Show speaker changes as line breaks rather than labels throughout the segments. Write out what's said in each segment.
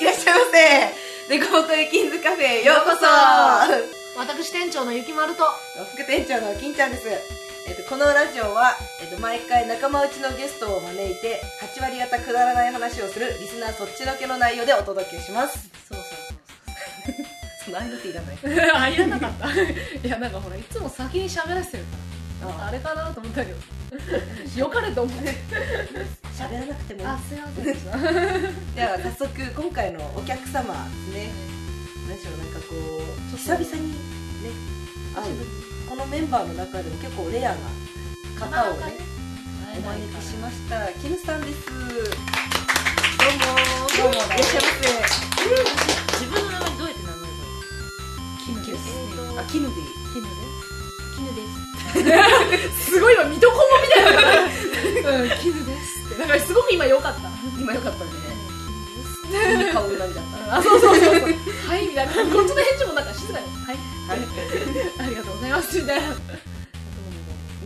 いらっしゃいませレコートエキンズカフェへようこそ
私店長のゆきまると
副店長の金ちゃんです、えっと、このラジオは、えっと、毎回仲間内のゲストを招いて8割方くだらない話をするリスナーそっちのけの内容でお届けします
そうそうそう
その間っていらない
そう あいらなかった いやなんかほらいつも先に喋らせてるからあ
あ
れかなと思ったけど よかれと思って
喋らなくても
あすいませんでした
では早速今回のお客様ね何しろなんかこう
ちょ
久
っと
々にね会うこのメンバーの中でも結構レアな方をねお招きしましたキムさんですどうも
どうも
いらっしゃいませ
自分の名前どうやって名乗ればいい
キムです
あキムデ
キムで
キヌです
す すごい今水戸黄門みたいな うんキムですってなん かすごく今良かった
ィ今よかったね
キ
いい顔になりだっ
あそうそうそうそうはいみたいなこっちの返事もなんか静かにはい
たはい
ありがとうございますみたいな
どうも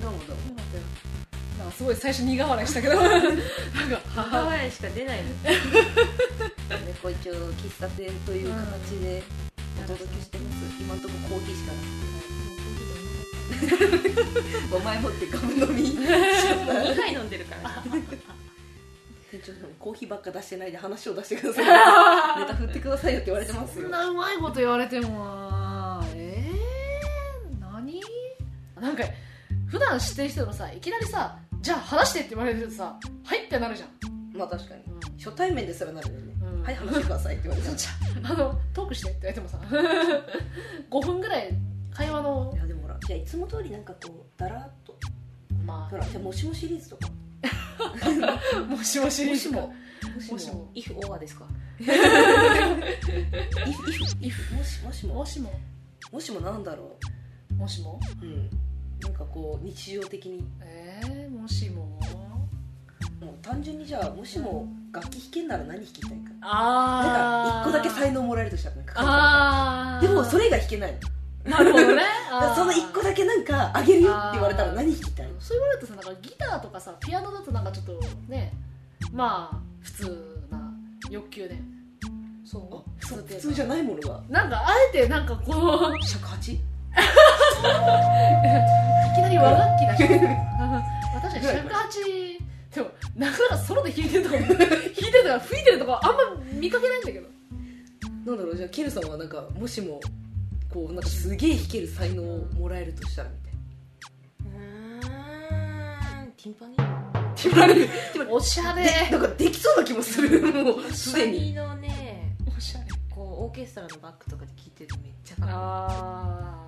どうも
なんかすごい最初苦笑いしたけどなんか
ヌ
母親
しか出ないの
こう一応喫茶店という形でお届けしてます今のところコーヒーしかないお前持ってガム飲み
2回飲んでる から
店長さんコーヒーばっか出してないで話を出してくださいネタ振ってくださいよって言われてます
そ
よ
んなうまいこと言われてもえー、何なんか普段指定しててもさいきなりさじゃあ話してって言われるとさはいってなるじゃん、
まあ確かに
うん
初対面ですらなるよね、
うん
はい話してくださいって言われ
そ
た
っちあのトークしてって言わ れてもさ5分ぐらい会話の
いやでもほらいやいつも通りなんかこうだらっと
ま
ほらじゃあもしもシリーズとか
あもしもし
もしもも
もしも
イフオ アですか
イフイフイフもしもしも
もしも
もしもなんだろ
もしも
ううんなんかこう日常的に
えー、もしも
もう単純にじゃあもしも楽器弾けんなら何弾きたいかなん
あ
か一個だけ才
後
能もらえるとしたらなんか
あー
でもそれ以外弾けないの
なるほ どね
だからその一個だけなんかあげるよって言われたら何弾きたい
そう言われるとさなんかギターとかさピアノだとなんかちょっとねまあ普通な欲求でそう
そう
っ
普
ていうか
通じゃないものが
なんかあえてなんかこうい
尺八
きなり和楽器だし 私は尺八でもなかなかソロで弾いてるとか弾いてるとか吹いてるとかあんま見かけないんだけど
なんだろうじゃあケルさんはなんかもしもこうなんかすげえ弾ける才能をもらえるとしたらみたいな
うーんティンパニ
って言われる
おしゃれ
でなんかできそうな気もするもうすで
ティ
に
ンパニのね
おしゃれ
こうオーケストラのバックとかで聴いてるとめっちゃかっこ
あ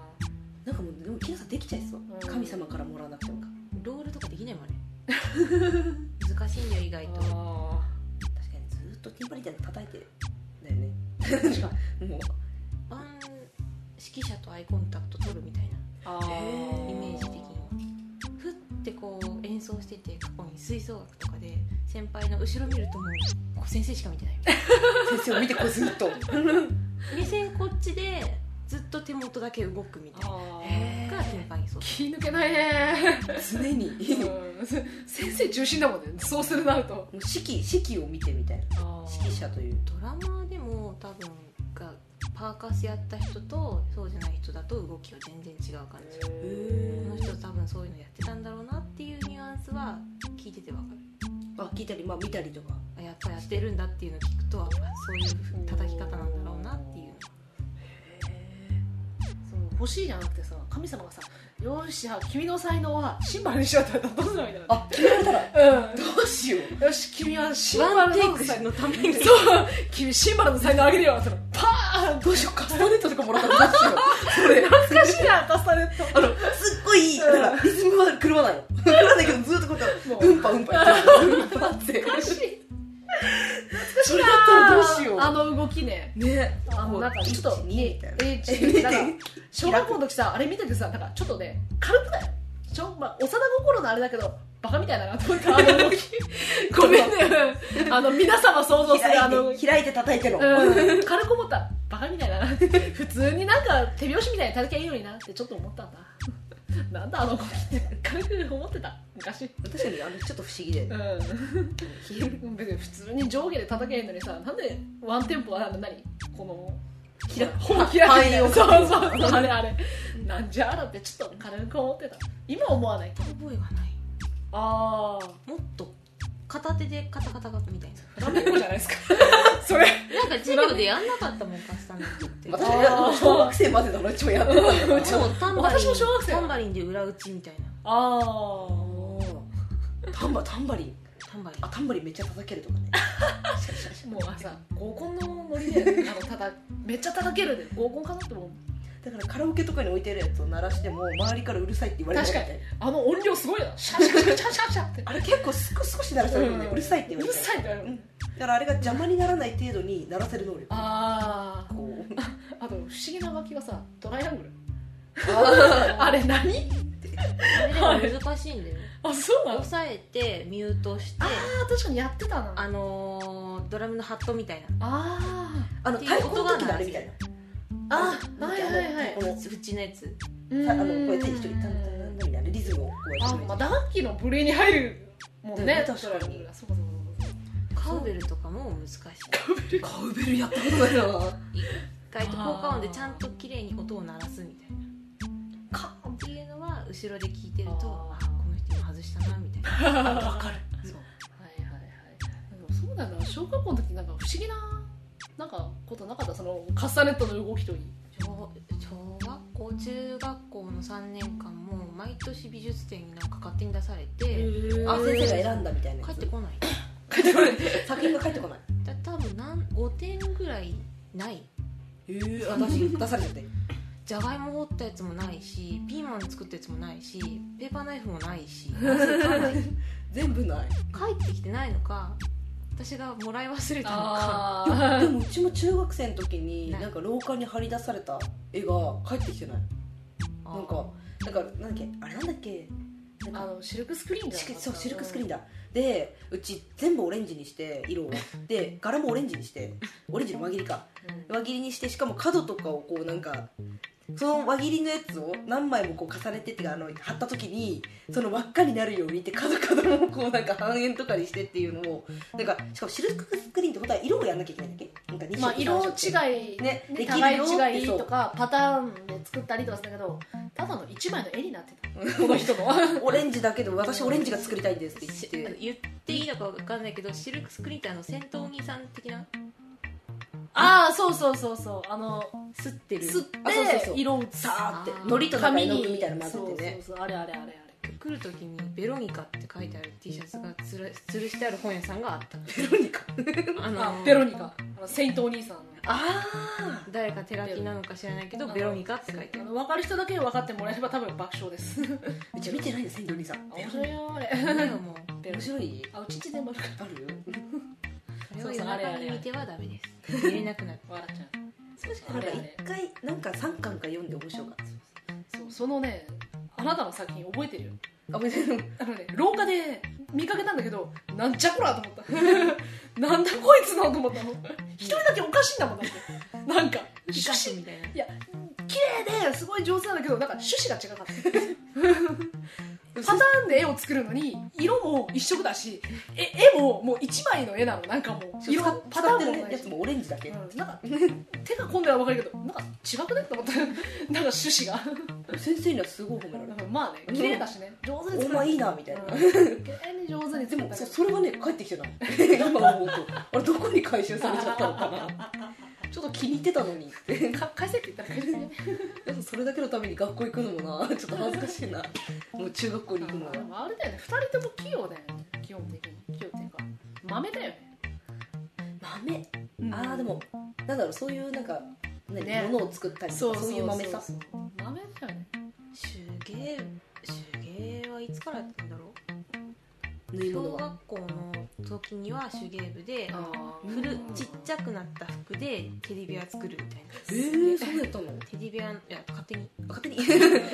なんかもうでもケルさんできちゃいそう、
うん
神様からもらわなくてもか
いいロールとかできないもんね難しいよ意
ー
外と
あ
確かにずっとティンパニみたいなの叩いてだよね
ー確かに
もう
ワン指揮者とアイコンタクト取るみたいな
あー
イメージ的にふってこう演奏してて過去に吹奏楽とかで先輩の後ろ見るともうこう先生しか見てない
先生を見てこうずっと
目線こっちでずっと手元だけ動くみたいな
あ
へ
ー
から頻繁にそう
気抜けないね
常にもう指
うん 先生中心だもんねそうするなると
揮指揮を見てみたいな指揮者という
ドラマーでも多分がパーカスやった人とそうじゃない人だと動きは全然違う感じこの人多分そういうのやってたんだろうなっていうニュアンスは聞いててわかる
あ聞いたりまあ見たりとか
あやっぱやってるんだっていうのを聞くとあそういう叩き方なんだろうなっていうの
そう欲しいじゃなくてさ神様がさ「よっしゃ君の才能はシンバルにしよう」って言ったらどうするのみたいな
あ決められたら
う
どうしようん
よし君はシンバ
ワン
ル
テイ
の
ク
才能
のために
そう君シンバルの才能あげるよって言ったらパーン
どうしようカスタネットとかもらったらどうしようそれ
懐かしいなカスタネット
あのすっごいいいだからリズムは狂わないの狂わないけどずっとこうやって
もう
うんぱうんぱ言ってるうんぱって
懐かし い
それだったらどうしよう
あの動きね
ね
あのなんかちょっと
見えたいな
H なんか小学校の時さあれ見たけどさなんかちょっとね軽くないちょ、まあ、幼心のあれだけどバカみたいだなと思ったあの動き ごめんねあの皆様想像するあの
開いて開いて叩いての、
うん、軽く思ったバカみたいだな普通になんか手拍子みたいに叩きゃいいのになってちょっと思ったんだなんだあの子って軽く思ってた昔
確かにあのちょっと不思議で、
うん別に普通に上下で叩けへんのにさなんでワンテンポはあの何この
ひら
本気や
範囲を
そうそうそうあれあれなんじゃあらってちょっと軽く思ってた今思わない
覚えがない
ああ
もっと片手でカタカタカタみたい
フ
な
ラメンコじゃないですかそれ
なんか授業でやんなかったもんカスタネットって
私は小学生までの話をやってたんだから
もうタンバリン
私も小学生
タンバリンで裏打ちみたいな
あ
おータンバタンバリン
タンバリ
あタンバリンめっちゃ叩けるとかね
もう朝合コンのノリであのただめっちゃ叩けるで合コンかなって思う
だからカラオケとかに置いてるやつを鳴らしても周りからうるさいって言われる
確かにあの音量すごいなシャンシャンシャンシャンシャンシャンって
あれ結構少少し鳴らしたらね、う
うん
うるさいって
う
言われ
る
て
さいってなる
うんだからあれが邪魔にならない程度に鳴らせる能力
ああ
こう
あと不思議な楽器がさトライアングル
あ
あれ何
ンあれでも難しいんだよ
あそうなの
押さえてミュートして
ああ確かにやってたな
あのードラムのハットみたいな
あ
の太鼓の時のあれみたいな
ああはいはいはい
この
縁のやつ
ー
あのこうやって一人タンタンタンタンみたいなリズムをこうやって
あまあ打楽器の部類に入るもんね
うん確かに
トライアングルはそうかそうかそうか
カウベルとかも難しい
カウベルやったことないな
一回と効果音でちゃんと綺麗に音を鳴らすみたいな
か
っていうのは後ろで聞いてると
あ
あ
ー
この人今外したなみたいな
わかる
そう
はいはいはいでもそうだな小学校の時なんか不思議ななんかことなかったそのカスタネットの動きといい
小小学校中学校の3年間も毎年美術展になんか勝手に出されて
あ先生が選んだみたいな
帰
や
っ
つ
てこない
帰ってこない作品が帰ってこない
だ多分なん5点ぐらいない
ええ私出されちゃって
じゃがいも掘ったやつもないしピーマン作ったやつもないしペーパーナイフもないし 汗かない
全部ない
帰ってきてないのか私がもらい忘れたのか
いやで
ー
もうちも中学生の時に
ない
なんか廊下に張り出された絵が帰ってきてない
あー
なんかなんかなんだっけあれなんだっけなん
あ
か
のシルクスクリーンだ
シルクそうシルクスクリーンだでうち全部オレンジにして色を で柄もオレンジにしてオレンジの輪切りか
ン
輪切りにしてしかも角とかをこうなんかその輪切りのやつを何枚もこう重ねてってかあの貼った時にその輪っかになるようにって角角もこうなんか半円とかにしてっていうのをなんかしかもシルクスクリーンってことは色をやんなきゃいけないんだっけなんか二色
まあ色
三色って
違い
ねできる
互い
よって
違い
そう
とかパターンで作ったりとかしたけどただの一枚の絵になってた この人の
オレンジだけど私オレンジが作りたいんですって
し
言って
言っていいのか分かんないけどシルクスクリーンってあの戦闘兄さん的な
ああそうそうそうそうあの
吸ってる
吸っ
あそうそうそう
て色を
さーって
あー
海苔と中
紙
にの具
に
みたいなの混ぜてね
そうそうそうあれあれあれあれ
来る時に「ベロニカ」って書いてある T シャツがつるつるしてある本屋さんがあ った
ペロニカ
あの
あベロニカあのセイントお兄さんの
あ
誰か手書きなのか知らないけど「ベロニカ」って書いてあ
あ
る
の分かる人だけ分かってもらえれば多分爆笑です
あうち見てないんですよ千鳥さん
面白いよあれ
だからもう
ベ
面
ロニカ
白い
あうちんち全部あるか
あるよ
それを夜中に見てはダメです見れなく なる
ら笑っちゃう
確かになんか一回なんか三巻か読んで面白かった
そうそのねあなたの作品覚えてるよ
あ面白い
あのね廊下で見かけたんだけどなんじゃこらと思った なんだこいつなと思ったの一人だけおかしいんだもんだってなんか
ピ
趣旨
カスみたいな
や綺麗ですごい上手なんだけどなんか趣旨が違かったパターンで絵を作るのに色も一色だしえ絵ももう一枚の絵なのなんかもう色
使っ
パターン
使っ
も
てる
ない
や
し
つもオレンジだけ、
うんなんか手が込んでは分かるけどなんか違くねと思ったなんか趣旨が
先生にはすごい褒められ
なん
た
かまあね綺麗だしね上手に
お
作ら
前
れ
いい
た
なみたいな、
うん綺麗に上手に
で
作っ
も
た
そ
けど
それはね帰ってきてない 今思うとあれどこに回収されちゃったのかなちょっと気に入ってたのにって
か返せって言ったら返せね
でもそれだけのために学校行くのもなちょっと恥ずかしいなもう中学校に行くのは
でもあれだよね2人とも器用だよね基本的に器用っていうか豆だよね
豆あーでもなんだろうそういうなんかね
ね
ものを作ったりとかそういう豆さ
そうそう豆だよね
手芸手芸はいつからやったんだろう
縫い物
小
は
学校の時には手芸部で
あ
ふるちっちゃくなった服でテディベア作るみたいな
えー、そうやったの
テディベアいや勝手に
勝手に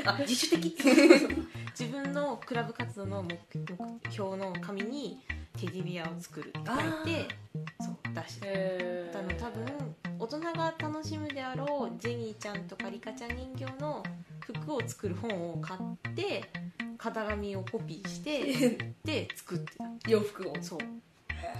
あ自主的
自分のクラブ活動の目目標の紙にテディベアを作るって書いてそう出して
え
たあの多分大人が楽しむであろうジェニーちゃんとかリカちゃん人形の服を作る本を買って型紙をコピーして で作って
洋服を
たそう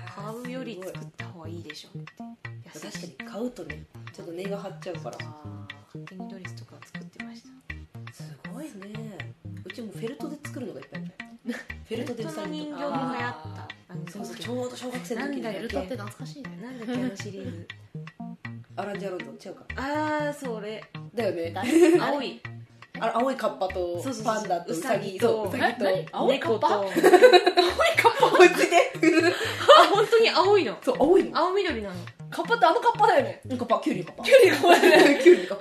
買うより作った方がいいでしょって
確かに買うとねちょっと根が張っちゃうから
あー勝手にドレスとか作ってました
すごいねうちもフェルトで作るのがいっぱいある フェルトで
ベ
ウ
ルト
サ
の
ギ
人
と
形
か
も
あ
流行ったなんだっけ
そうそうちょうど小学生の時に
なん
ベ
だ
ルトって懐かしいね
なんだっけあのシリーズ
アランジャロンド違うか
ああそれ
だよね
青い
あ青いカッパと
そうそうそう
パンダとウ
ウ
サ
サ
ギ
ギ
と
と
ウサギと
え何青いカッ
猫
パ
と
青
あ
い
カッパ追いついて
本当に青いの
そう青いの
青緑なの
カッパってあのカッパだよね
カッパキュウリカッパ
キュウリこれね
キュウリカッ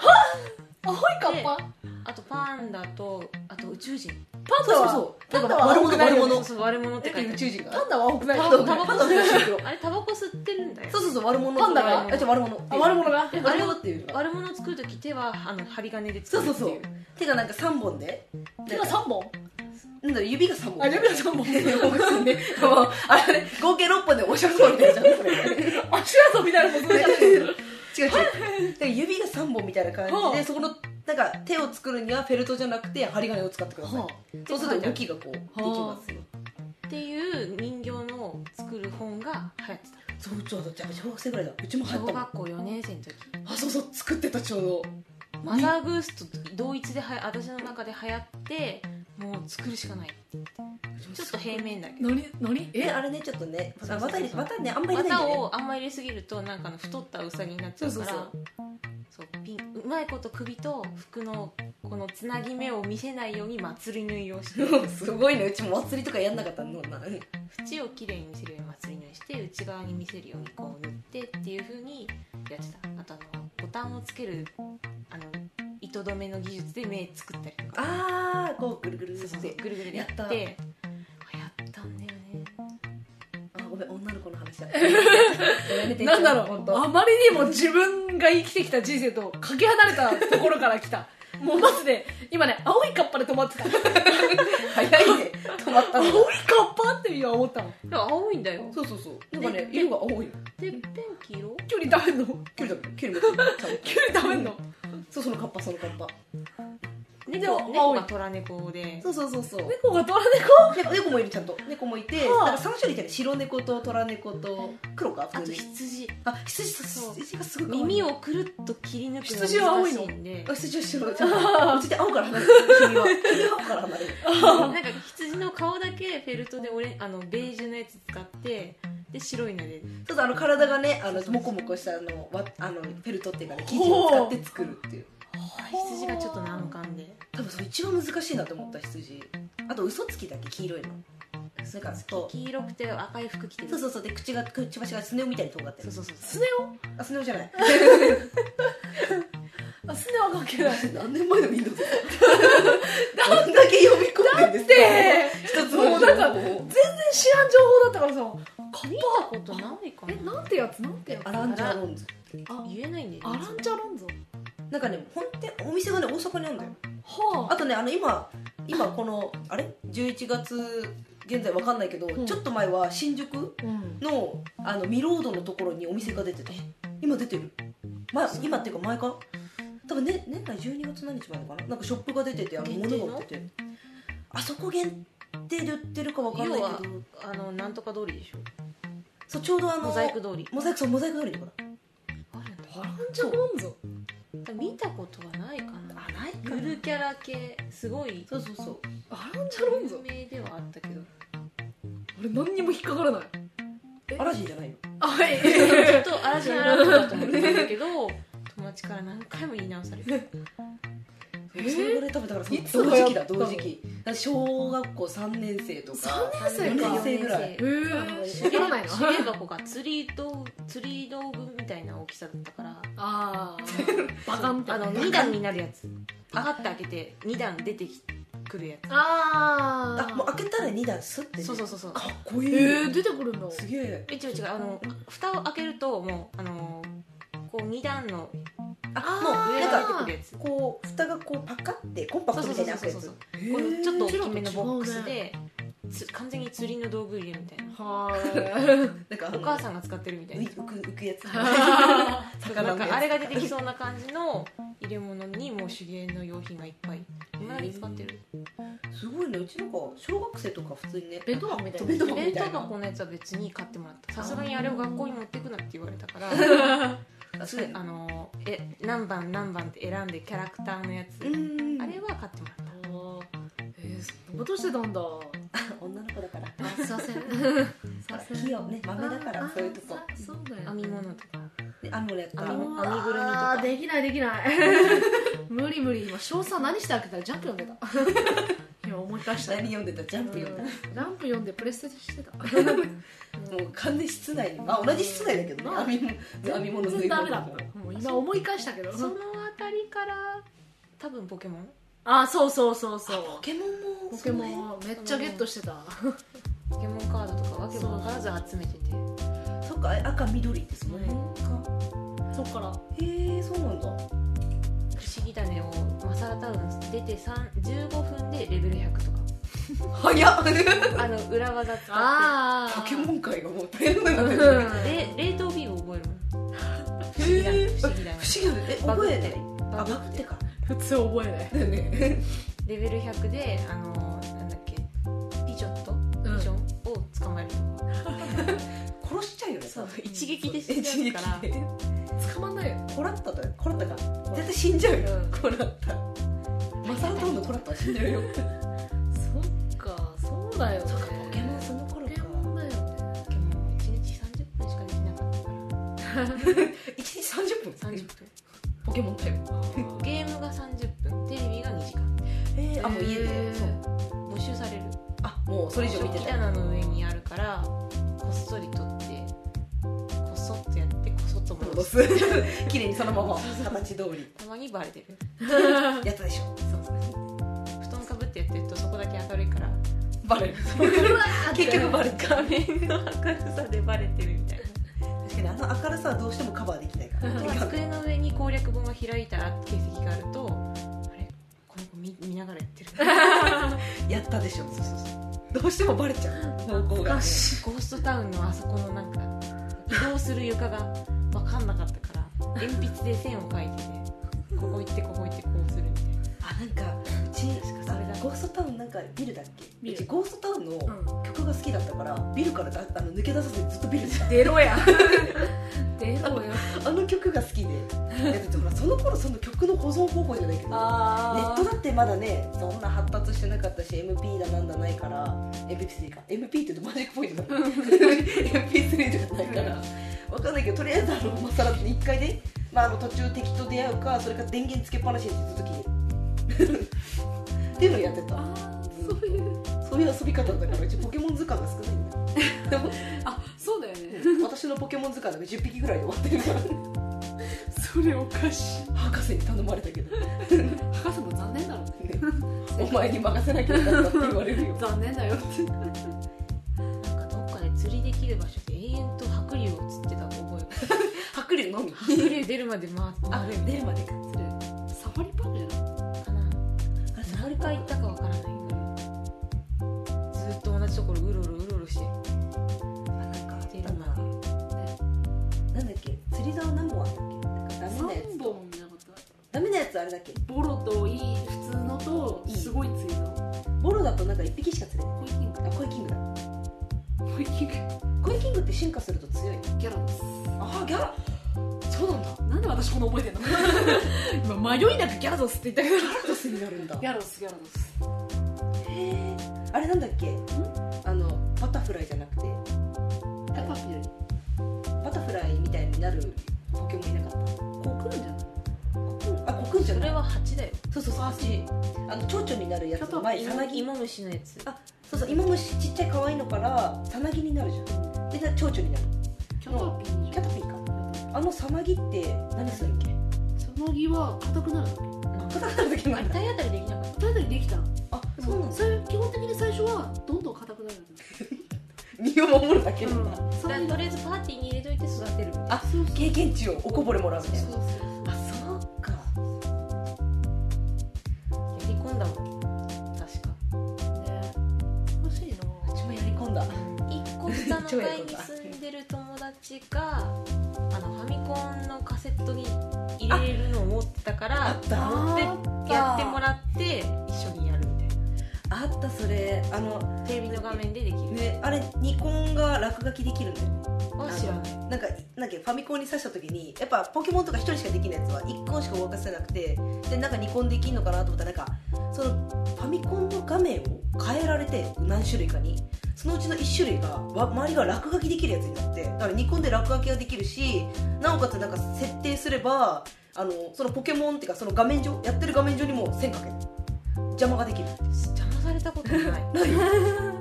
パ
青いカッパ
あとパンダとあと宇宙人
パンダ
そう
は
そう
パンダ
なんか
は
悪
青
者
くない
悪
よね
者
そう悪者って書いてあ
宇
る
宙人が
パンダは青くない
パ
よ
ン
ね
ダパンダの人黒
あれタバコ吸ってるんだよ
そうそうそう悪者
パンダが
悪者あじゃ悪者
あ悪者が
え悪者っていうのが
悪者作る時手はあの針金で作るっていう
そうそう手がなんか三本で
手が3本
なんだろう指が三本
あ指が3本
ね もう あれ合計六本でおしゃそうみたい じゃんそれ
足遊びなるもんそれじゃない
違う 違うだから指が三本みたいな感じ
は
で
あ
そこのなんか手を作るにはフェルトじゃなくて針金を使ってください
は
そうすると動きがこうでき
はあ
ますよ
っていう人形の作る本が流行ってた
そうちょうどじゃあ小学生ぐらいだうちも入っ
小
たもん
学校4年生の時
あそうそう作ってたちょうど
マザーグースと同一ではや私の中で流行ってもう作るしかないちょっと平面だけど
何何
え
え
あれねちょっとね
そうそうそう
またまたねあんまりないんだ
綿
よね
をあんま入れすぎるとなんかあの太ったウサギになっちゃうから
そう
そうピンうまいこと首と服のこのつなぎ目を見せないように祭り縫い をして
すごいねうちも祭りとかやんなかったのな
縁をきれいに見せるように祭り縫いして内側に見せるようにこう縫ってっていう風にやってたあとあのボタンをつけるあの糸止めの技術で目作ったりとか
あーこうぐるぐる
そうそう
っ
そう
て
ぐるぐるやって
やっ
やったたやったんだよね
あごめん女の子の話だ やめて
なんだろ
本
う
当
あまりにも自分が生きてきた人生とかけ離れたところから来 たもうまずね今ね青いカッパで止まってた青い
早いね止まった
カ
の
ッ
が
パって今思ったの
でも青いんだよ
そうそうそうなんかね色が青いの
てっぺん黄色
距離食べんの
キュウリだキュウリも
距離食べんの
そうそのカッパそのカッパ
猫
も
猫
青い
が虎猫で
そうそうそうそう
猫が虎
猫猫もいるちゃんと猫もいて
はあ
なんか3種類いてね白猫と虎猫と黒か
あと
普通に
羊
あ羊そ
そうう
羊がすごい可愛い
耳をくるっと切り抜く
羊は
の
青
難
い
し
の
いんで
あ羊は白ちゃんとちょっと青から離れる君は君は青から離れる
なんか羊の顔だけフェルトでオレンあのベージュのやつ使ってで白いので
ちょっとあの体がねあのモコモコしたあのわあのフェルトっていうかね生地を使って作るっていう
羊がちょっと難関で
多分それ一番難しいなと思った羊あと嘘つきだっけ黄色いのなんかそう
黄色くて赤い服着てる
そうそうそうで口がくちばしがスネ夫みたいに尖ってる
そうそうそうそ
ス
う
ネ
あスネ夫じゃない
夫あスネ夫は関係ない
何年前の Windows どんだけ呼び込んでん
で
ですか一つ
も
も
うなんか
情報
全然知らん情報だったからさカッ
見たことないか
パえ
な
なんてやつなんてやつ
アランジャロンズ
あ言えないんだよ
ア
ね
ランジャロンゾ
なんかね本店お店がね大阪にあるんだよ
は
あとねあの今今このあれ11月現在わかんないけど、
うん
ちょっと前は新宿
あうん
のあのミロードのところにお店が出てた今出てる、ま、今っていうか前か多分、ね、年内12月何日前のかななんかショップが出ててあの
限定の
物が売っててあそこ限定で売ってるかわかんない
要は
けど
あのなんとか通りでしょ
そうちょうどあの
モザイク通り
モザイクそうモザイク通りとかだ
あるんだ
アランジャロンゾ
見たことはないかな
あない
ゆるキャラ系すごい
そうそうそう
アランジャロン
有
ゾ
名ではあったけど
俺何にも引っかからない
アラジンじゃないよ
あはい
ちょっと嵐のアラートだと思ってたんだけど友達から何回も言い直されて
それぐらい食べたからその
いつ
同時期
流行
だ
った
同時期だから小学校3年生とか
三年生か
四年生ぐらい
えー、
手
知らないな
芸箱が釣り道具釣り道具みたいな大きさだったから
あーバカンって
あの2段になるやつパカッて開けて2段出てくるや
あー
あもう開けたら2段スッてね
つそうそうそうそう
かっこいい、
えー、出てくるんだ
すげえ
え違う違うあの蓋を開けるともうあのこう2段の
あ
もう
もう
上
なん
が
か
出てくるやつ
こう蓋がこうパカってコンパク
そう
ト
そ
み
う
た
そ
いに
う
開くや
そうそう
つ
このちょっと大きめのボックス
うちらと違う
でつ完全に釣りの道具入れみたいな
は
なんかあの
お母さんが使ってるみたい
浮
ない
浮く浮くやつ魚の
なん
やつ
かあれが出てきそうな感じの入れ物にもう手芸の用品がいっぱい今まで使ってる
すごいねうちなんか小学生とか普通にね
い弁当箱みたいな
弁当箱
弁当箱のやつは別に買ってもらったさすがにあれを学校に持ってくなって言われた から
そう
あのえ何番何番って選んでキャラクターのやつ、
うん
あれは買ってもらっ
あーえー、そんなことしてたんだ
女の子だから
あすいませんすいません
器用ね豆だから
あー
そういうとこ
あーそうだ
た
よ
編み物とか
で編むのやった
編み
う
物
わー
編みぐるみとか
できないできない無理無理今翔さん何して開けたらジャンプ読んでたいや思い返した
何読んでたジャンプ読んで
うんジャンプ読んでプレステしてた
たもう完全室内にまあ同じ室内だけどね編み物編み物
全
縫い
然ダ
物
メだったもう今思い返したけど
その辺りから多分ポケモン
あそうそうそうそう
ポケモンも
ポケモン
ン
をめっちゃゲットしてた
ポケモンカードとかわけもわからず集めてて
そっかえ赤緑ってその辺か
そっから
へえそうなんだ
不思議種をマサラタウン出て3 15分でレベル100とか
早っ
あの裏技使
あ
ポケモン界がもう大変な
うんん
だよね
ってで冷凍ビールを覚えるもん不思議だ
へー
不思議だ
不思議だねえ
バグ
覚
っ
え
て
てないあバグってか
普通覚えない
だよね
レベル100であのなんだっけピジョット
うん
ピジョンを捕まえるとか、
殺しちゃうよね
そう
多分
一撃で死ん
一
じ
撃
ゃうか ら
で
捕まんないよ
コラッタだよコラッタか絶対死んじゃうよ
うん
コラッタマサルトンのコラッタは死んじゃうよ
そっかそうだよね
そっかポケモンその
ポ
頃か
ケモンだよね
ポケモン1日30分しかできなかったか
1日30分
ら30分
ポケモンだよ
ゲームが30分テレビが2時間
えーあもう家
へ
で
ー
そう
募集される
あもうそれ以上見て
食器
た
棚の上にあるからこっそり取ってこそっとやってこそっと戻
戻
す
す綺麗にそのまま形通り
たまにバレてる
やったでしょ
そう布団かぶってやってるとそこだけ明るいから
バレる 結局バレる
画面の明るさでバレてるみたい
確かにあの明るさはどうしてもカバーできないから
な机の上に攻略本が開いた形跡があるとあれこの子見見ながらやってる
やったでしょ
そうそうそう
どうしてもバレちゃう方向がね
ゴーストタウンのあそこのなんか移動する床が分かんなかったから鉛筆で線を描いててここ行ってここ行ってこうするみたいな
あなんかうち
かそれだ
あゴーストタウンなんかビルだっけ
ビ
う
ル
ちゴーストタウンの曲が好きだったから、ビルからだあの抜け出さずにずっとビルで
出ろや 出ろよ
あの曲が好 きでいやだってほらその頃その曲の保存方法じゃないけどネッ
あ
トだってまだねそんな発達してなかったし MP だなんだないから MP3 か MP って言うとマジックポイントだ MP3 とかないからわかんないけどとりあえずあのマサラって1回で、まあ、あの途中敵と出会うかそれか電源つけっぱなしにずっと消えるっていうのをやってた
あそういう
そういう遊び方だからうちポケモン図鑑が少ないんだよでも
あそうだよね
私のポケモン図鑑だけ10匹ぐらいで終わってるから ね
それおかしい
博士に頼まれたけ ど、ね、
博士も残念だろうね
お前に任せなきゃよかったって言われるよ
残念だよって
ーなんかどっかで釣りできる場所で永遠と白竜を釣ってた覚え
白竜のみ
が 白竜出るまで回って
あ出るまでか
それサファリパークじゃない
かな
あれ
何回行ったかわからないからずっと同じところうろうろうろうろして
あなんかあっ
出
た
るま
な
で
なんだっけ釣り竿何本あったっけなんかダメなや
3
つ
本じゃなかっ
ダ
た
メなやつあれだっけ
ボロといい普通のと
いい
すごいついの
ボロだとなんか1匹しか釣れない
コイキング
あコイキングだ
コイキング
コイキングって進化すると強いの
ギャラです
あギャラそうなんだ
なんで私この覚えてんの今迷いなくギャラドスって言ったけど
ラトスになるんだ
ギャラドスギャラドス
へえあれなんだっけあのバタフライじゃなくて
やっぱピル
バタフライみたいになるポケモンいなかった
こう来るんじゃない
コクンあコクンじゃ
そ
ない
れは蜂だよ
そうそうそう蜂あの蝶々になるやつの前
イ
さ
モ
なぎ
イモムシのやつ
あそうそうイモムシちっちゃい可愛いのからさなぎになるじゃんで蝶々になる
キャタピー
キャタピーかあのさなぎって何するんけ
そのぎは硬くなる
なんか
硬くなる時もあ
あ
る
れ体当たりできなかっ
体当たりできた
あそうなんだ
それ基本的に最初はどんどん硬くなるんだ
身を守るだけ
よ
なんだ、
そ
た
ういう
とりあえずパーティーに入れといて育てる
あ経験値をおこぼれもらうみたいな
そうそうそう
あそうか
やり込んだもん確か
ね欲しいな
下の階に住んでる友達があのファミコンのカセットに入れるのを持ってたから
あった
持ってやっても
ら
らって一緒にやるみたい
あったそれあの
なテレビの画面でできる
ねあれニコンが落書きできるんだよ
は知らない
なんかなんかファミコンに刺した時にやっぱポケモンとか1人しかできないやつは1個しか動かせなくてでなんかニコンできんのかなと思ったらなんかそのファミコンの画面を変えられて何種類かにそのうちの1種類がわ周りが落書きできるやつになってだからニコンで落書きができるしなおかつなんか設定すればあのそのポケモンっていうかその画面上やってる画面上にも線かける邪魔ができる
邪魔されたことない
な い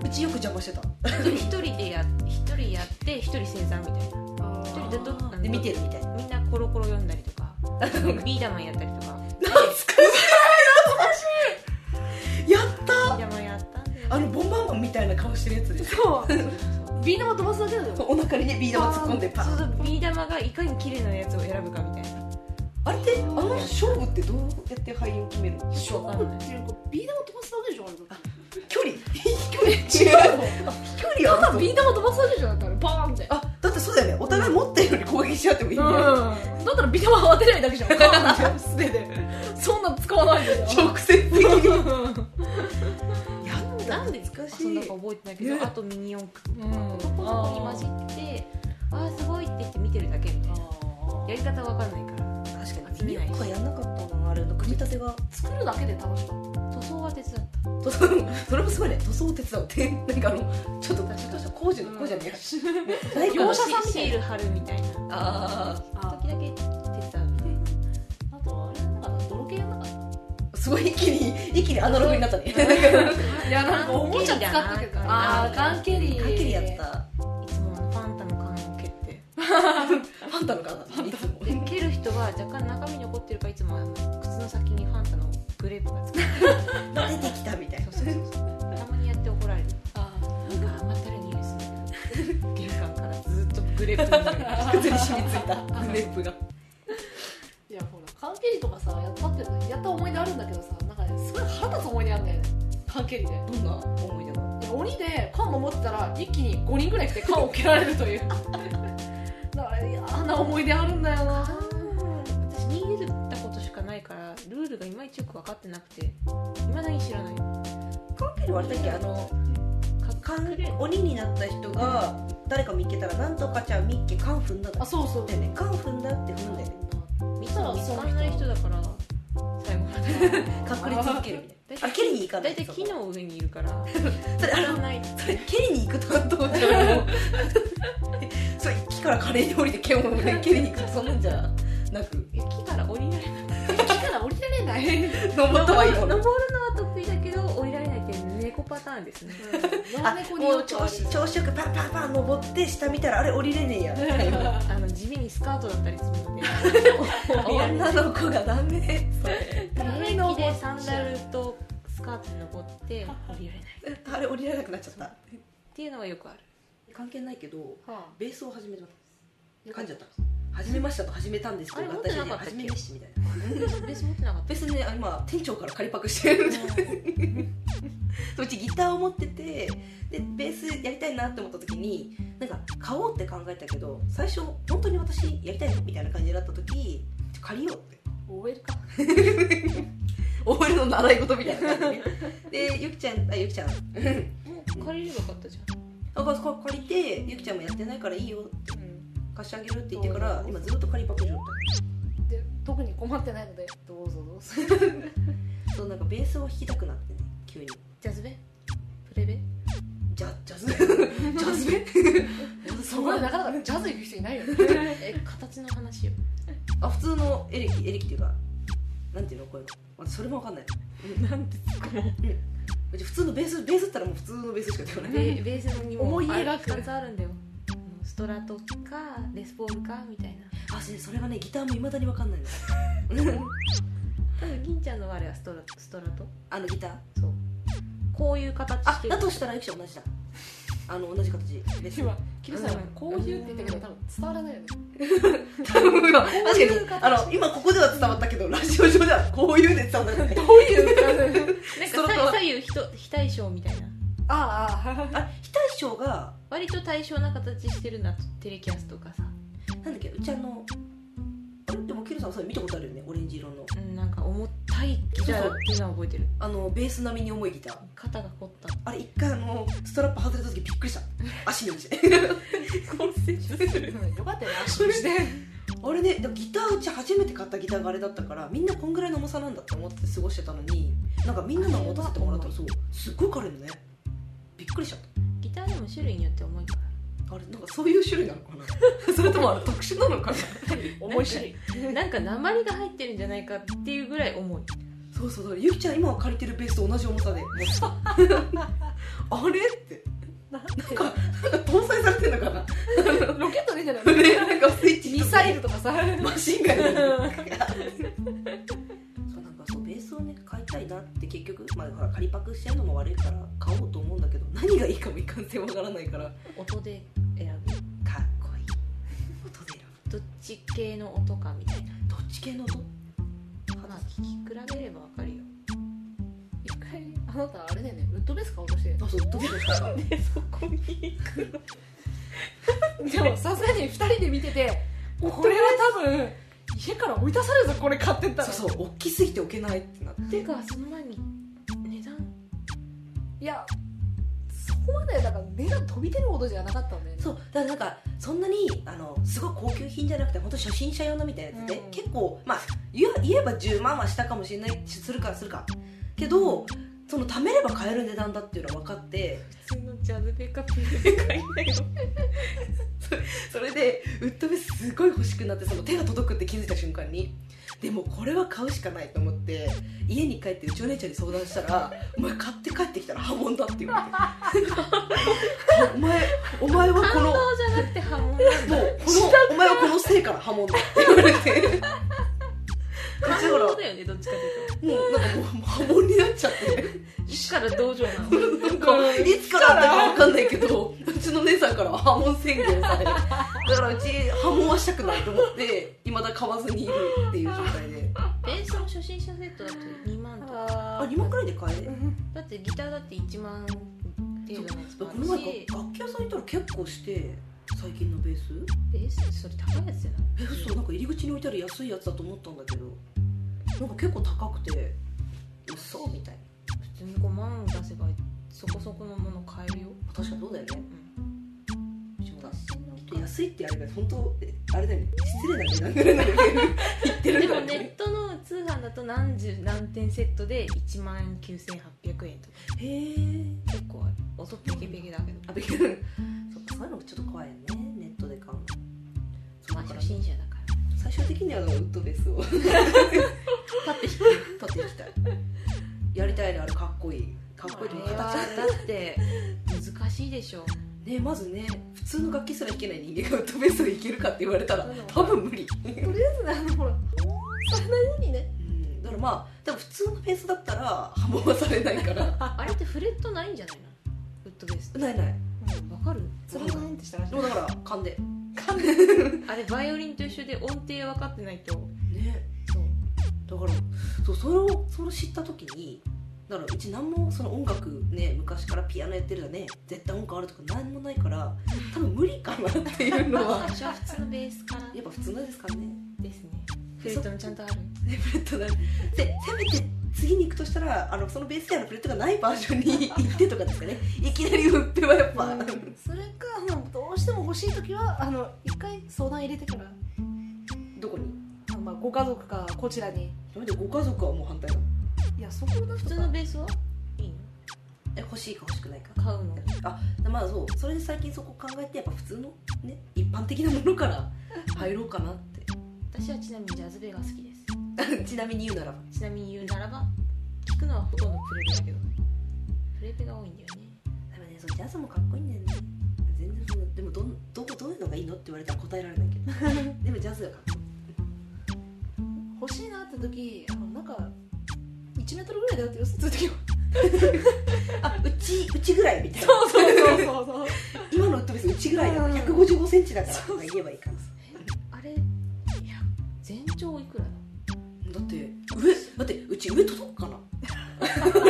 うちよく邪魔してた
一人でや一人やって一人星座みたいな一人でどっか
で見てるみたいな
みんなコロコロ読んだりとか ビーダマンやったりとか
懐かしい懐かしいやった
ビーダマンやったんだよ
あのボンバーマンみたいな顔してるやつです
そうビー玉飛ばすだけだよ
お腹にねビー玉突っ込んでパ
そう
ン
そうビー玉がいかに綺麗なやつを選ぶかみたいな
あれってあの勝負ってどうやって俳優を決めるの
勝負っていうかビー玉飛ばすだけでしょ
距離 距
あれだ
離
よ
違う飛距
た
離
だ
ある
ビー玉飛ばすだけじゃなったらバーンって
あだってそうだよねお互い持ってるのに攻撃し合ってもいい
うん
だよ、
んだったらビー玉慌てりゃいいだけじゃんバーンって素手でそんなん使わないでしょ
直接的に
う
やった
なんで
懐か
そ
し
ん
い
なか覚えてないけど
ね
あとミニ四駆
ん
とか男に混じってあーすごいって言って見てるだけみたいなやり方わかんないから
確か
に
に2個やんなかったなあれの組み立てが
作るだけで楽しかっ
塗装は手伝っ
塗
た
装それもすごいね塗装を手伝うってなんかあのちょっとちょっとした工事の工事じゃねえ大
業
工
者さんみたいな
シール貼るみたいな
あ
た
時だけ手伝う
あとあれなんか泥系なんか
あすごい一気に一気にアナログになったね
いやなんかおもちゃ使ったけどああ缶蹴り
はっきりやった
いつものファンタの缶を蹴って
ファンタのかないつも
で蹴る人は若干中身残ってるからいつもあの靴の先にファンタのグレープがつく
出てきたみたいな
そうそうそうそうたまにやって怒られる
あ
なんか甘ったるい匂いする玄関からずっとグレープの匂いが
靴に染みついたグレープが
ーいやほら缶蹴りとかさやったってやった思い出あるんだけどさなんかねすごい腹立つ思い出あんだよね缶蹴りで
どんな思い出が
なんか鬼で缶を持ってたら一気に5人ぐらい来て缶を蹴られるという だから嫌な思い出あるんだよ
あ
な
ー私逃げたことしかないからルールがいまいちよく分かってなくていまだに知らない
関係るあれだっけあのかん鬼になった人が誰か見っけたらなんとかちゃん見っけカン踏んだだ
あ
っ
そうそう
てねカン踏んだって踏んでね
見たら見つかんない人だから最後まで
隠れ続けるみたい
大
なあ蹴りに行かない
大体木の上にいるから
それあ
知
れ
らない
それ蹴りに行く担当じゃんもう それ木から華麗に降りて剣をね蹴りに行くとそんなんじゃなく
いや木から降りられない
木から降りられない
登ったはいい
登
もの
るのは得意だけど降りられないっていう猫パターンですね
野良
あ
猫に
も
よ
う
くあ
調
る
子調子よくパンパンパン登って下見たらあれ降りれねえやみたいな
あの地味にスカートだったりするので
女の子がダメそれ
平気でサンダルとスカートに登って降りられない
あれ降りられなくなっちゃった
っていうのがよくある
関係ないけど
は
ベースを始めた噛んじゃった始めましたと始めたんですけ
あ
ど
れ持ってなかったっけ
私ね始めですみたいな
ベース持ってなかっ
別にねあ今店長から借りパクして るんで
た
うちギターを持っててでベースやりたいなって思った時になんか買おうって考えたけど最初本当に私やりたいのみたいな感じになった時借りようって
終えるか
俺の習い事みたいな感じででゆきちゃんあゆきちゃん
もう借りればよかったじ
あかか借りてゆきちゃんもやってないからいいよ
ゃん、うん、
貸してあげるって言ってから今ずっと借りパク状態
で特に困ってないのでどうぞどうぞ
そうなんかベースを弾きたくなってね急に
ジャズベプレベ
ジャジャズベジャズベ
そこまでなかなかジャズ行く人いないよね
え形の話よ
あ普通のエレキエレキっていうかなんていうのこういうのあそれもわかんない
なんですかも
うち普通のベースベースったらもう普通のベースしか出な
ベ
い
ベースにも
思い描く
2つあるんだよあのストラトかレスポールかみたいな
あそれそれがねギターもいまだにわかんないの
多分銀ちゃんのあれはストラストラト
あのギター
そうこういう形し
あ
てる
だとしたらゆきちゃん同じだあの同じ形ベース
今キムさんがこういうって言ったけど多分伝わらない よね
確か
こういう
に
形
あの今ここでは伝わったけどラジオ上ではこういうで伝わらない
どういう
なんか左左右ひと非対称みたいな
ああああ
あ非対称が
割と対称な形してるなテレキャスとかさ、
なんだっけうちあのあれでもケルさんそれ見たことあるよねオレンジ色の
うん、なんか重たいギターっていうのは覚えてる
あのベース並みに重いギター
肩が凝った
あれ一回あのストラップ外れた時びっくりした足に落ちて
骨折する
よかったよね足にして
あれねでもギターうち初めて買ったギターがあれだったからみんなこんぐらいの重さなんだって思って過ごしてたのになんかみんなの持たせてもらったらそうすっごい軽いのねびっくりしちゃっ
ギターでも種類によって重いから
たあれなんかそういう種類な のかなそれともあれ特殊なのかな
重い種類
なんか鉛が入ってるんじゃないかっていうぐらい重い
そうそうそうゆきちゃん今借りてるベースと同じ重さで あれって
なんか
なんか搭載されてんのかな
ロケットでいいんじゃない
ねなんかスイッチ
ミサイルとかさ
マシンガンそうなんかそうベースをね買いたいなって結局、まあ、ほら仮パクしてるのも悪いから買おうと思うんだけど何がいいかもいかんせんわからないからかっ
音で選ぶ
こいい音で選
どっち系の音かみたいな
ぶどっち系の音
まあ聞き比べればわ かるよ
一回あなたあれだよねウッドベース買おうとして
あそうどうしたら
でそこに行く
でもさすがに2人で見ててこれは多分家から追い出されるぞこれ買ってったら
そうそう大きすぎて置けないってなって
てかその前に値段
いやそこまでだから値段飛び出るほどじゃなかったんだよね
そうだからなんかそんなにあのすごい高級品じゃなくて本当初心者用のみたいなやつで、
うん
結構まあ言え言えば10万はしたかもしれないしするかするかけどその貯めれば買える値段だっていうのは分かって
普通のジャズベカピルベカいないよ
それでウッドベースすごい欲しくなってその手が届くって気づいた瞬間にでもこれは買うしかないと思って家に帰ってうちお姉ちゃんに相談したら「お前買って帰ってきたら破門だ」って言われてお前お前はこ
感動
の
じゃなくて波紋
もうこのお前はこのせいから破門だって言われてうちだから
感動だよねどっちかというと
もうなんかもうもう破門になっちゃって
いつから道場なの
なんかいつからだったか分かんないけどうちの姉さんからは破門宣言されだからうち破門はしたくないと思っていまだ買わずにいるっていう状態で
ベースの初心者セットだと2万とか
あ
あ
2万くらいで買える
だってギターだって1万程度のやつ
こ
もある
の前
し
楽器屋さん行ったら結構して最近のベース
ベースそれ高いやつじゃない
え嘘なんか入り口に置いてある安いやつだと思ったんだけどなんか結構高くて嘘みたいな
普通に5万出せばそこそこのもの買えるよ
確かにそうだよね
うん
私も
私
ちょ
の
っと安いってあれが本当えあれだよね失礼な値段ぐらいなんだよね言ってる
で
んだ
も
よね
ネットの通販だと何十何点セットで1万9800円とか
へえ
結構ある音ペケペケだけど
あ、できる。 そっか、そういうのもちょっと怖いよね、ネットで買うの。
まあ初心者だか
最終的にはあのウッドベースを 立って引く立っていきたいやりたいねあれかっこいいかっこいいという
ら
か
あ
形
れはだって難しいでしょ
ねまずね普通の楽器すら弾けない人間がウッドベースをいけるかって言われたら多分無理、う
とりあえずねあのほらそれなりにね
ん、だからまあ多分普通のベースだったら破門はされないから
あれってフレットないんじゃないのウッドベースって
ないない
わかる
それなりにってしたらしい
でもだから勘で
あれバイオリンと一緒で音程分かってないと
ね
そう
だからそうそれをそれを知った時にだからうち何もその音楽ね昔からピアノやってるだね絶対音感あるとか何もないから多分無理かなっていうのは
最初は普通のベースから
やっぱ普通のですからね
ですねフレットもちゃんとある
ねフレットだでせめて次に行くとしたらあのそのベースやのフレットがないバージョンに 行ってとかですかねいきなり売ってはやっぱ、
それかもうどうしても欲しい時はあの一回相談入れてから、
どこに
あまあ、ご家族かこちらに
それでご家族はもう反対なの
いやそこの
普通のベースはいい
え欲しいか欲しくないか
の買うの
あまあそうそれで最近そこ考えてやっぱ普通のね一般的なものから入ろうかなって
私はちなみにジャズベが好きです
ちなみに言うならば
ちなみに言うならば聞くのはほとんどプレペだけどプレペが多いんだよね
でもねそうジャズもかっこいいんだよね全然そのでもどんどこどういうのがいいのって言われたら答えられないけどでもジャズがかっこ
欲しいなって時あのなんか1メートルぐらいだよって言うそういう時は
いいうちうちぐらいみたいな
そうそうそうそう
今のウッドベースうちぐらいだから
うん
155センチだからとか言えばいいからさ
あれいや全長いくらだ
だって上だってうち上届くかな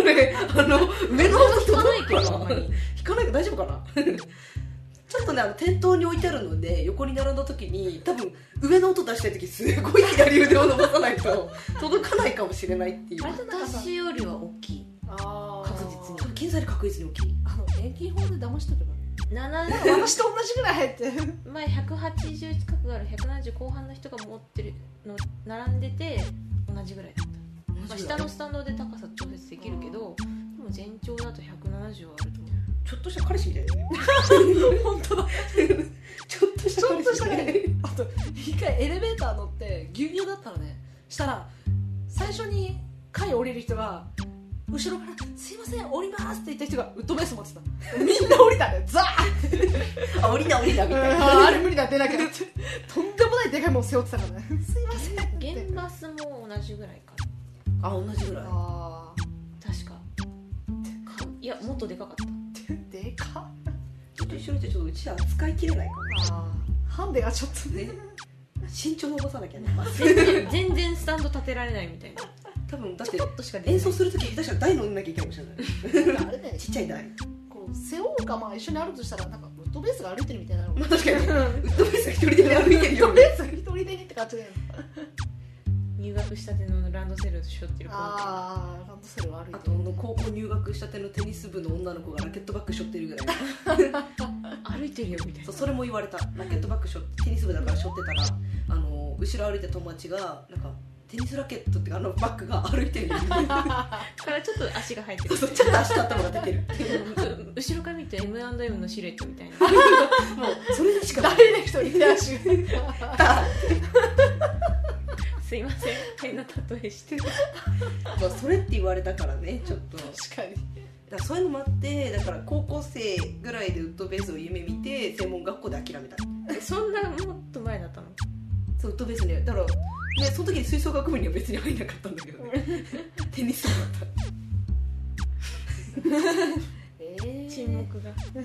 ねあの上の音
聞かないけどあんまり
引かないか大丈夫かなちょっとねあの店頭に置いてあるので横に並んだ時に多分上の音出したい時すごい左腕を伸ばさないと届かないかもしれないっていう
あれじゃなんかさ
私よりは大きい
あ
確
に
実に
検査で確実に大きい
あの遠近法で騙しとけば
7
私と同じぐらい入ってる
前180近くある170後半の人が持ってるの並んでて同じぐらいだった、まあ、下のスタンドで高さ調節できるけどでも全長だと170はあると思う
ちょっとした彼氏みたいだよね
本当だ
ちょっとし
ち
た
ょ
彼
っ
氏
と
み
した
たい
ねあと一回エレベーター乗ってぎゅうぎゅうだったのねしたら最初に階降りる人が後ろから「すいません降ります」って言った人がウッドベース持ってたみんな降りたねザー
あ降りな降りなみたい
あ
な
れ無理だ出なきゃって とんでもないでかいもん背負ってたからねすいませんって
現バスも同じぐらいかな
あ同じぐらい
あ
確かかいやもっとでかかった
ーでかっ
ちょっと一緒にいてちょっとうちは扱いきれないか
あーハンデがちょっと
ら
ね
ね身長伸ばさなきゃね
全然 全然スタンド立てられないみたいな
多分だっ
ち
て
ょこっとしか出ない
演奏するとき下手したら台飲んなきゃいけないかもしれない
なんかあれだよね
ちっちゃい台
こう背負うかまあ一緒にあるとしたらなんかウッドベースが歩いてるみたい なの
まあ確かに
ウ
ウ
ッ
ッドベースが一人で歩いてるよ
ド
うに
ベースが一人でねって感じだよね
入学したてのランドセルを背負ってる子あ
ああランドセルは悪い
あとあの高校入学したてのテニス部の女の子がラケットバッグ背負ってるぐらい
歩いてるよみたい
そ
な
うそれも言われたラケットバッグ背負ってテニス部だから背負ってたらあの後ろ歩いて友達がなんかテニスラケットっていうかあのバッグが歩いてるよう に
からちょっと足が入って
そ
る
うそうちょっと足と頭が出て る
後ろから見て M&M のシルエットみたいな
もうそれでしか
ダイレクトに手足が
すいません変な例えして
まあ それって言われたからねちょっとだか
確かに
らそういうのもあってだから高校生ぐらいでウッドベースを夢見て専門学校で諦めた
そんなもっと前だったの
そうウッドベースにだから、ね、その時に吹奏楽部には別に入んなかったんだけ どねテニス部だった
ええ
沈黙 が
まあなんか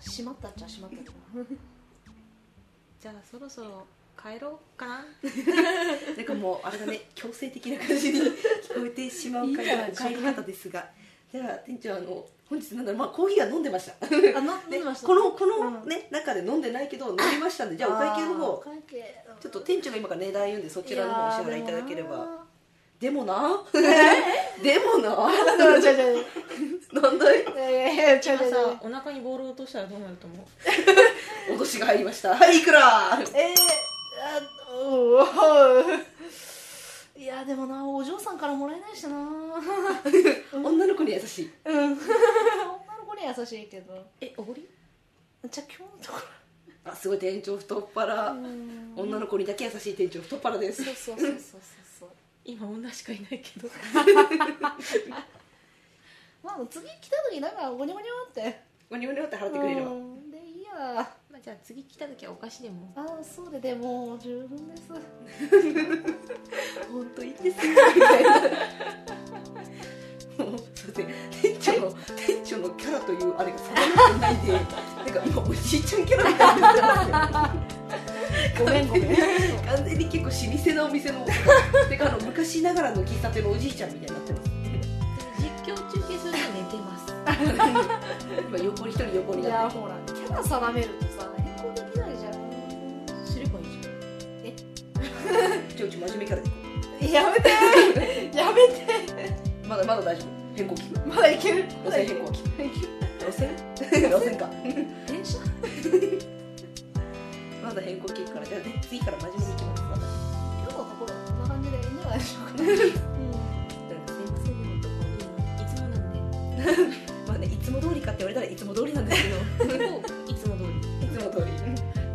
閉まったっちゃ閉まったけど
じゃあそろそろ帰ろうかな
なんかもうあれだね強制的な感じに聞こえてしまうか
いいから
ら帰り方ですがでは店長あの本日なんだろう、まあ、コーヒーは飲んでました
あの飲んでました
このこ
う
の、
ん
ね中で飲んでないけど飲みましたんでじゃあお会計の
お
方
会計
ちょっと店長が今から値段言うんでそちらの方お支払いいただければでもな でもな
違う違う違う
なんだい
いやいやいや違う違う
今
違う
さお腹にボールを落としたらどうなると思う
脅しが入りました はいいくら
えー、あおおいやでもなお嬢さんからもらえないしな
女の子に優しい
うん女の子には優しいけど
えおごり
じゃあ今日のとこ
あすごい店長太っ腹
ろうん
女の子にだけ優しい店長太っ腹です
そうそうそうそうそうそう
今女しかいないけど
まあ次来た時なんかゴニョゴニョって
ゴニョゴニョって払ってくれれば
うんでいいや
まあじゃあ次来た時はお菓子でも
あそうででも十分です
本当いいですよみたいな。もうそれで店長の店長のキャラというあれが定まってないで、なんか今おじいちゃんキャラみたいになってますよ。
ごめんごめん
完全に結構老舗のお店の、てかあの昔ながらの喫茶店のおじいちゃんみたいになってます。
実況中継すると寝てます
今横に一人横に
い
な
や
ってる。
ほらキャラ定めるとさ変更できないじゃん
すればいいじ
ちょうち真面目キャラで。
やめてやめて
まだまだ大丈夫。変更聞く。
まだいける
路線変更聞
いける
く。路線？路線か。
電車
まだ変更聞くからじゃあね次から真面目に行きます。私
今日のところはこんな感じでいいんじゃないでしょうかね、
ゃん先生のとこいつも なんで
まあねいつも通りかって言われた らいつも通りなんですけど。
いつも通り
いつも通り。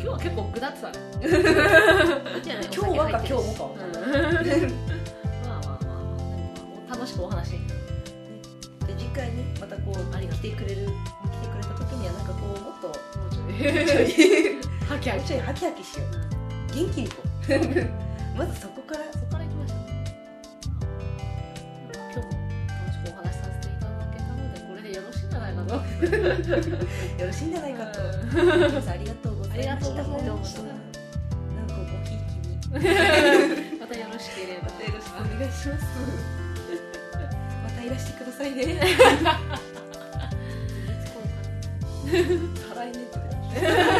今日は結構下ってたね
今日はか今日もか
う
は。
ん
まあまあまあまあ楽しくお話
で次回ねまたこう来てくれる来てくれた時にはなんかこうも っと
もうちょ
ちょ
い
い
はきは
もう
き
ちょいハキハキしよう元気にいこう まずそこから
そこから行きましょう今日も楽しくお話しさせていただけたのでこれでよろしいんじゃないかと
よろしいんじゃないかと本日ありがとうございました
ありがとうございました
なんかご ひいきに
またよろしけれ ば
またよろしくお願いしますたいらしてくださいね
いつ来るかな
再来年とか